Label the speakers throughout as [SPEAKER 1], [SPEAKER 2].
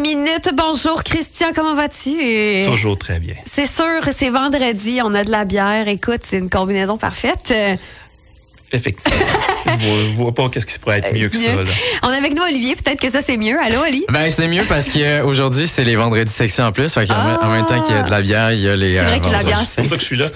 [SPEAKER 1] Minute. Bonjour Christian, comment vas-tu?
[SPEAKER 2] Toujours très bien.
[SPEAKER 1] C'est sûr, c'est vendredi, on a de la bière. Écoute, c'est une combinaison parfaite. Euh,
[SPEAKER 2] Effectivement. je, vois, je vois pas qu'est-ce qui pourrait être mieux que ça. là.
[SPEAKER 1] On est avec nous Olivier, peut-être que ça c'est mieux. Allô Oli?
[SPEAKER 3] Ben, c'est mieux parce qu'aujourd'hui, c'est les vendredis sexy en plus. Fait qu'en
[SPEAKER 1] Ah!
[SPEAKER 3] en même temps qu'il y a de la bière, il y a les. euh,
[SPEAKER 1] C'est vrai qu'il y a de la bière.
[SPEAKER 2] C'est pour ça que je suis là.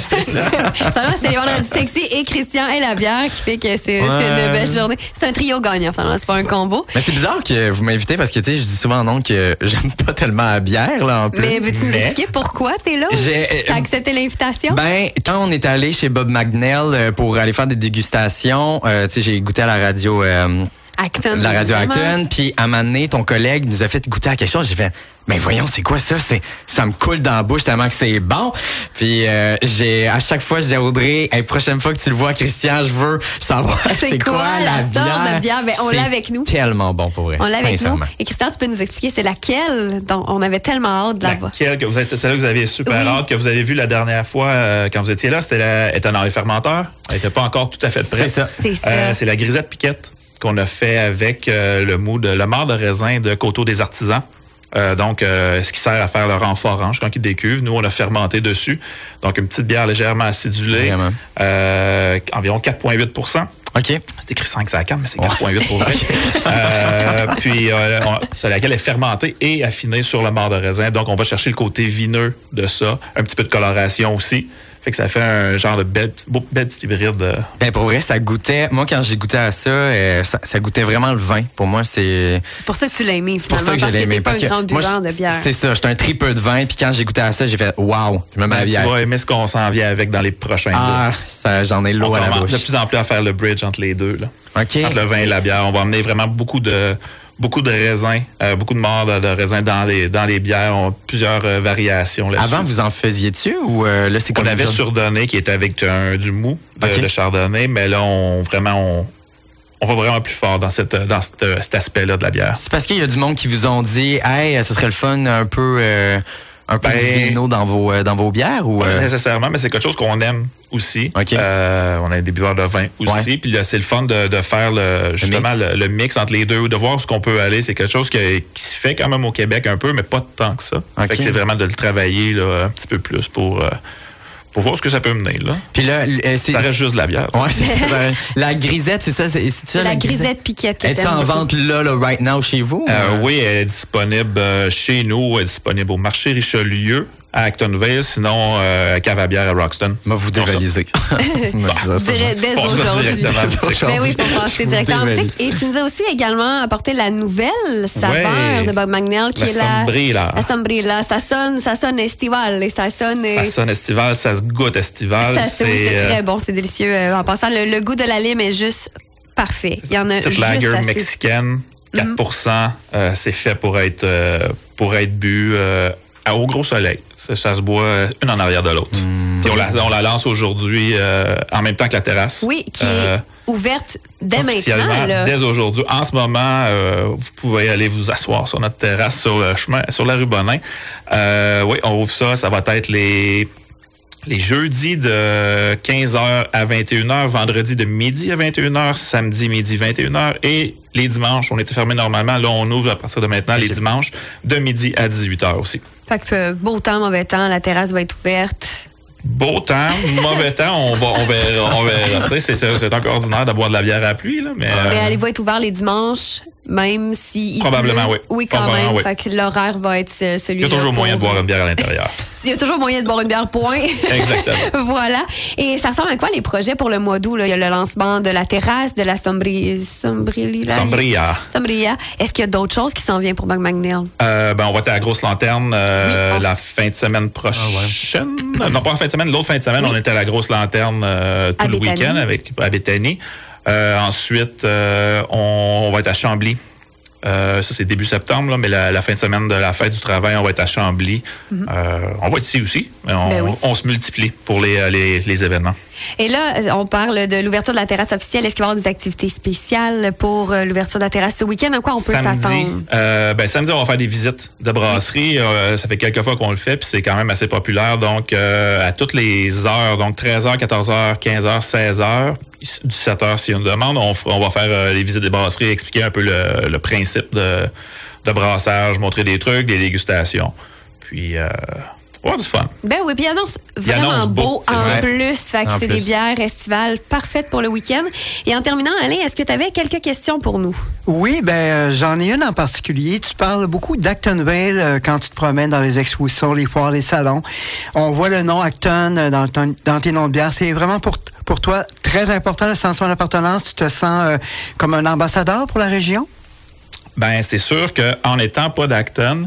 [SPEAKER 3] c'est ça.
[SPEAKER 1] Finalement, c'est les vendredis sexy et Christian et la bière qui fait que c'est c'est
[SPEAKER 3] Ouais.
[SPEAKER 1] une belle journée. C'est un trio gagnant, finalement, c'est pas un combo.
[SPEAKER 3] Mais c'est bizarre que vous m'invitez parce que, tu sais, je dis souvent non que j'aime pas tellement la bière, là, en plus.
[SPEAKER 1] Mais veux-tu nous
[SPEAKER 3] Euh, Mais
[SPEAKER 1] expliquer pourquoi t'es là?
[SPEAKER 3] j'ai- euh,
[SPEAKER 1] T'as accepté l'invitation?
[SPEAKER 3] Ben, quand on est allé chez Bob McNell euh, pour aller faire des dégustations, euh, tu sais, j'ai goûté à la radio. euh,
[SPEAKER 1] Acton.
[SPEAKER 3] de la radio
[SPEAKER 1] vraiment.
[SPEAKER 3] Acton, puis à un moment donné, ton collègue nous a fait goûter à quelque chose. J'ai fait, mais voyons, c'est quoi ça? C'est, ça me coule dans la bouche tellement que c'est bon. Puis euh, j'ai, à chaque fois, je dis à Audrey, la prochaine fois que tu le vois, Christian, je veux savoir
[SPEAKER 1] C'est
[SPEAKER 3] c'est,
[SPEAKER 1] quoi la sorte de bière? Ben, on
[SPEAKER 3] C'est
[SPEAKER 1] l'a avec nous.
[SPEAKER 3] Tellement bon pour vrai.
[SPEAKER 1] On l'a avec nous.
[SPEAKER 3] sincèrement.
[SPEAKER 1] Et Christian, tu peux nous expliquer c'est laquelle dont on avait tellement hâte de
[SPEAKER 3] Ben,
[SPEAKER 1] la voir.
[SPEAKER 2] Laquelle que vous avez, c'est celle-là que vous avez super
[SPEAKER 1] Oui.
[SPEAKER 2] hâte, que vous avez vue la dernière fois euh, quand vous étiez là, c'était la, était dans les fermenteurs. Elle n'était pas encore tout à fait prête.
[SPEAKER 3] C'est ça.
[SPEAKER 1] C'est ça.
[SPEAKER 2] Euh, c'est la grisette piquette qu'on a fait avec euh, le mou de le mort de raisin de Coteau des artisans. Euh, donc, euh, ce qui sert à faire le renfort orange quand ils décuvent. Nous, on a fermenté dessus. Donc, une petite bière légèrement acidulée.
[SPEAKER 3] Vraiment.
[SPEAKER 2] Euh, environ 4,8
[SPEAKER 3] OK.
[SPEAKER 2] C'est écrit 5 sur la carte, mais c'est 4.8 pour vrai. Euh, puis, euh, on- c'est laquelle est fermentée et affinée sur le mort de raisin. Donc, on va chercher le côté vineux de ça. Un petit peu de coloration aussi. Fait que ça fait un genre de bel, petit- beau, bel petit hybride. euh,
[SPEAKER 3] Ben pour vrai, ça goûtait. Moi, quand j'ai goûté à ça, euh, ça, ça goûtait vraiment le vin. Pour moi, c'est.
[SPEAKER 1] C'est pour ça que tu l'as aimé,
[SPEAKER 3] C'est pour
[SPEAKER 1] finalement,
[SPEAKER 3] ça que je
[SPEAKER 1] parce
[SPEAKER 3] l'ai
[SPEAKER 1] que t'es
[SPEAKER 3] aimé.
[SPEAKER 1] pas un grand
[SPEAKER 3] moi,
[SPEAKER 1] buveur
[SPEAKER 3] je-
[SPEAKER 1] de bière.
[SPEAKER 3] C'est ça, j'étais un tripeux de vin. Puis quand j'ai goûté à ça, j'ai fait, wow, je me mets à la
[SPEAKER 2] tu
[SPEAKER 3] bière.
[SPEAKER 2] vas aimer ce qu'on s'en vient avec dans les prochains
[SPEAKER 3] Ben, Ah, ça, j'en ai
[SPEAKER 2] mois.
[SPEAKER 3] l'eau
[SPEAKER 2] on
[SPEAKER 3] à la
[SPEAKER 2] commence
[SPEAKER 3] bouche.
[SPEAKER 2] de plus en plus à faire le bridge entre les deux. Là.
[SPEAKER 3] OK.
[SPEAKER 2] Entre le vin et la bière. On va amener vraiment beaucoup de beaucoup de raisins, euh, beaucoup de morts de, de raisins dans les, dans les bières. On a plusieurs euh, variations là-dessus.
[SPEAKER 3] Avant, vous en faisiez-tu ou euh, là, c'est
[SPEAKER 2] On
[SPEAKER 3] comme
[SPEAKER 2] avait
[SPEAKER 3] ça?
[SPEAKER 2] surdonné qui était avec un, du mou de,
[SPEAKER 3] Ok.
[SPEAKER 2] de chardonnay, mais là, on vraiment, on, on va vraiment plus fort dans, cette, dans cette- cet aspect-là de la bière.
[SPEAKER 3] C'est parce qu'il y a du monde qui vous ont dit, hey, ce serait le fun un peu, euh, un peu
[SPEAKER 2] Ben-
[SPEAKER 3] de vino dans vos, euh, dans vos bières ou.
[SPEAKER 2] Pas
[SPEAKER 3] euh,
[SPEAKER 2] nécessairement, mais c'est quelque chose qu'on aime aussi.
[SPEAKER 3] Ok.
[SPEAKER 2] Euh, on a des buveurs de vin aussi.
[SPEAKER 3] Ouais.
[SPEAKER 2] Puis là, c'est le fun de, de faire le, justement
[SPEAKER 3] mix.
[SPEAKER 2] le, le mix entre les deux ou de voir où ce qu'on peut aller. C'est quelque chose que- qui se fait quand même au Québec un peu, mais pas tant que ça.
[SPEAKER 3] Ok.
[SPEAKER 2] Fait que c'est vraiment de le travailler là, un petit peu plus pour, euh, pour voir ce que ça peut mener. Là.
[SPEAKER 3] Puis là, l- euh, c'est.
[SPEAKER 2] Ça reste juste de la bière. tu sais.
[SPEAKER 3] Ouais, c'est ça, ben, la grisette, c'est ça. C'est c'est ça,
[SPEAKER 1] C'est la grisette piquette que
[SPEAKER 3] Est-ce
[SPEAKER 1] t'aimes
[SPEAKER 3] en
[SPEAKER 1] beaucoup.
[SPEAKER 3] vente là, là, right now, chez vous?
[SPEAKER 2] Euh, oui, elle est disponible euh, chez nous, elle est disponible au marché Richelieu à Actonville, sinon euh, à Cave à bière à Roxton.
[SPEAKER 3] Moi, vous dévalisez.
[SPEAKER 1] Dirais- dès
[SPEAKER 2] On se va
[SPEAKER 1] aujourd'hui.
[SPEAKER 2] directement à la boutique.
[SPEAKER 1] Mais oui, pour passer directement en
[SPEAKER 3] dévalise.
[SPEAKER 1] boutique. Et tu nous as aussi également apporté la nouvelle saveur
[SPEAKER 2] Ouais.
[SPEAKER 1] de Bob McNeil qui
[SPEAKER 2] La
[SPEAKER 1] est la
[SPEAKER 2] Sombrilla.
[SPEAKER 1] La sombrilla. Ça sonne, ça sonne estival et ça sonne.
[SPEAKER 2] Ça
[SPEAKER 1] euh,
[SPEAKER 2] sonne estival, ça se goûte estival.
[SPEAKER 1] ça- c'est oui, c'est
[SPEAKER 2] euh,
[SPEAKER 1] très bon, c'est délicieux. Euh, En passant, le, le goût de la lime est juste parfait. Il y en a
[SPEAKER 2] petite
[SPEAKER 1] juste
[SPEAKER 2] lager
[SPEAKER 1] assez. Mhm.
[SPEAKER 2] mexicaine, 4 euh, c'est fait pour être, euh, pour être bu euh, à- au gros soleil. Ça, ça se boit euh, une en arrière de l'autre. Puis on, la, on la lance aujourd'hui euh, en même temps que la terrasse.
[SPEAKER 1] Oui, qui
[SPEAKER 2] Euh,
[SPEAKER 1] est ouverte dès
[SPEAKER 2] officiellement,
[SPEAKER 1] maintenant. là.
[SPEAKER 2] dès aujourd'hui. En ce moment, euh, vous pouvez aller vous asseoir sur notre terrasse sur le chemin, sur la rue Bonin. Euh, oui, on ouvre ça. Ça va être les les jeudis de 15h à 21h, vendredi de midi à 21h, samedi midi 21h et les dimanches, on était fermé normalement. Là, on ouvre à partir de maintenant les dimanches de midi à 18h aussi.
[SPEAKER 1] Fait que euh, beau temps, mauvais temps, la terrasse va être ouverte.
[SPEAKER 2] Beau temps, mauvais temps, on va, on verra, on verra. Tu sais, c'est ça, c'est un peu ordinaire de boire de la bière à la pluie, là, mais,
[SPEAKER 1] Ah, Mais
[SPEAKER 2] euh,
[SPEAKER 1] elle va être ouverte les dimanches, même si. il
[SPEAKER 2] Probablement,
[SPEAKER 1] pleut.
[SPEAKER 2] oui.
[SPEAKER 1] Oui, quand
[SPEAKER 2] Probablement,
[SPEAKER 1] même.
[SPEAKER 2] oui.
[SPEAKER 1] Fait que l'horaire va être euh,
[SPEAKER 2] il y
[SPEAKER 1] celui-là.
[SPEAKER 2] a toujours moyen de
[SPEAKER 1] pour-
[SPEAKER 2] boire une bière à l'intérieur.
[SPEAKER 1] Il y a toujours moyen de boire une bière, point.
[SPEAKER 2] Exactement.
[SPEAKER 1] voilà. Et ça ressemble à quoi les projets pour le mois d'août? là? Il y a le lancement de la terrasse, de la sombri... sombrilla.
[SPEAKER 2] Sombrilla.
[SPEAKER 1] Sombrilla. Est-ce qu'il y a d'autres choses qui s'en viennent pour Mac McNeil?
[SPEAKER 2] Euh, ben, on va être à la grosse lanterne euh,
[SPEAKER 1] Oui, on- Ah,
[SPEAKER 2] la fin de semaine prochaine. Non, pas en fin de semaine, l'autre fin de semaine, on était à la grosse lanterne euh, tout
[SPEAKER 1] À
[SPEAKER 2] le
[SPEAKER 1] Béthanie.
[SPEAKER 2] week-end avec à Béthanie. Euh, ensuite, euh, on, on va être à Chambly. Euh, ça, c'est début septembre, là, mais la, la fin de semaine de la fête du travail, on va être à Chambly. Euh, on va être ici aussi. mais On,
[SPEAKER 1] Mhm. Ben oui.
[SPEAKER 2] on se multiplie pour les, euh, les, les événements.
[SPEAKER 1] Et là, on parle de l'ouverture de la terrasse officielle. Est-ce qu'il va y avoir des activités spéciales pour euh, l'ouverture de la terrasse ce week-end? À quoi on peut
[SPEAKER 2] samedi,
[SPEAKER 1] s'attendre?
[SPEAKER 2] euh, ben, samedi, on va faire des visites de brasserie. Euh, ça fait quelques fois qu'on le fait, puis c'est quand même assez populaire. Donc, euh, à toutes les heures, donc 13h, 14h, 15h, 16h, 17h, si on nous demande, on, fera- on va faire euh, les visites des brasseries, expliquer un peu le, le principe de, de brassage, montrer des trucs, des dégustations. Puis, euh, ouais, du fun.
[SPEAKER 1] Ben oui, puis il annonce
[SPEAKER 2] Il
[SPEAKER 1] vraiment
[SPEAKER 2] annonce
[SPEAKER 1] beau,
[SPEAKER 2] beau, c'est
[SPEAKER 1] en
[SPEAKER 2] ça.
[SPEAKER 1] plus. Fait que
[SPEAKER 3] En
[SPEAKER 1] c'est des
[SPEAKER 3] plus.
[SPEAKER 1] bières estivales parfaites pour le week-end. Et en terminant, Alain, est-ce que tu avais quelques questions pour nous?
[SPEAKER 4] Oui, ben euh, j'en ai une en particulier. Tu parles beaucoup d'Actonville euh, quand tu te promènes dans les expositions, les foires, les salons. On voit le nom Acton euh, dans, ton- dans tes noms de bière. C'est vraiment pour, t- pour toi très important le sentiment d'appartenance. Tu te sens euh, comme un ambassadeur pour la région?
[SPEAKER 2] Ben, c'est sûr qu'en n'étant pas d'Acton,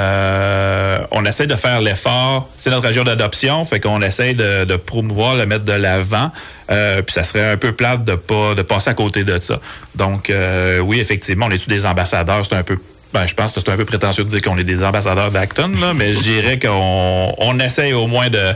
[SPEAKER 2] euh, on essaie de faire l'effort. C'est notre région d'adoption, fait qu'on essaie de, de promouvoir, le mettre de l'avant. Euh, puis ça serait un peu plate de pas de passer à côté de ça. Donc euh, oui, effectivement, on est tous des ambassadeurs. C'est un peu, ben, je pense que c'est un peu prétentieux de dire qu'on est des ambassadeurs d'Acton, là, mais je dirais qu'on on essaie au moins de,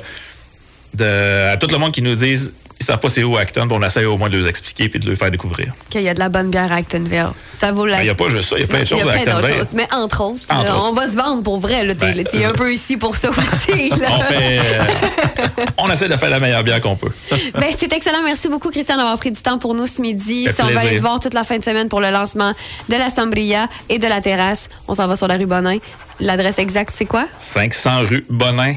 [SPEAKER 2] de à tout le monde qui nous disent ils savent pas c'est où Acton, ben, on essaie au moins de leur expliquer puis de leur faire découvrir.
[SPEAKER 1] Qu'il y a de la bonne bière à Actonville. Ça vaut la
[SPEAKER 2] Ben, Il n'y a pas juste ça, il y a plein de
[SPEAKER 1] Il y
[SPEAKER 2] choses
[SPEAKER 1] a
[SPEAKER 2] à
[SPEAKER 1] plein
[SPEAKER 2] Acton Ben,
[SPEAKER 1] d'autres
[SPEAKER 2] Bay.
[SPEAKER 1] choses. Mais entre autres,
[SPEAKER 2] Entre
[SPEAKER 1] là,
[SPEAKER 2] autres.
[SPEAKER 1] on va se vendre pour vrai. là. T'es
[SPEAKER 2] Ben,
[SPEAKER 1] t'es un peu ici pour ça aussi. là.
[SPEAKER 2] On fait. euh, on essaie de faire la meilleure bière qu'on peut.
[SPEAKER 1] Ben, c'est excellent. Merci beaucoup, Christian, d'avoir pris du temps pour nous ce midi.
[SPEAKER 2] Fait
[SPEAKER 1] Si on va
[SPEAKER 2] plaisir.
[SPEAKER 1] aller te voir toute la fin de semaine pour le lancement de la Sambria et de la terrasse. On s'en va sur la rue Bonin. L'adresse exacte, c'est quoi?
[SPEAKER 2] 500 rue Bonin,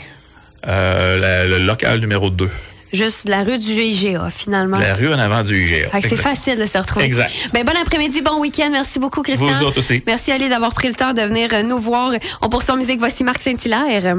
[SPEAKER 2] euh, la- le local numéro 2.
[SPEAKER 1] Juste la rue du GIGA, finalement.
[SPEAKER 2] La rue en avant du
[SPEAKER 1] Fait que
[SPEAKER 2] IGA.
[SPEAKER 1] Ah, c'est
[SPEAKER 2] Exact.
[SPEAKER 1] facile de se retrouver.
[SPEAKER 2] Exact.
[SPEAKER 1] Ben, bon après-midi, bon week-end. Merci beaucoup, Christian.
[SPEAKER 2] Vous autres aussi.
[SPEAKER 1] Merci, Ali, d'avoir pris le temps de venir euh, nous voir. On poursuit en musique. Voici Marc Saint-Hilaire.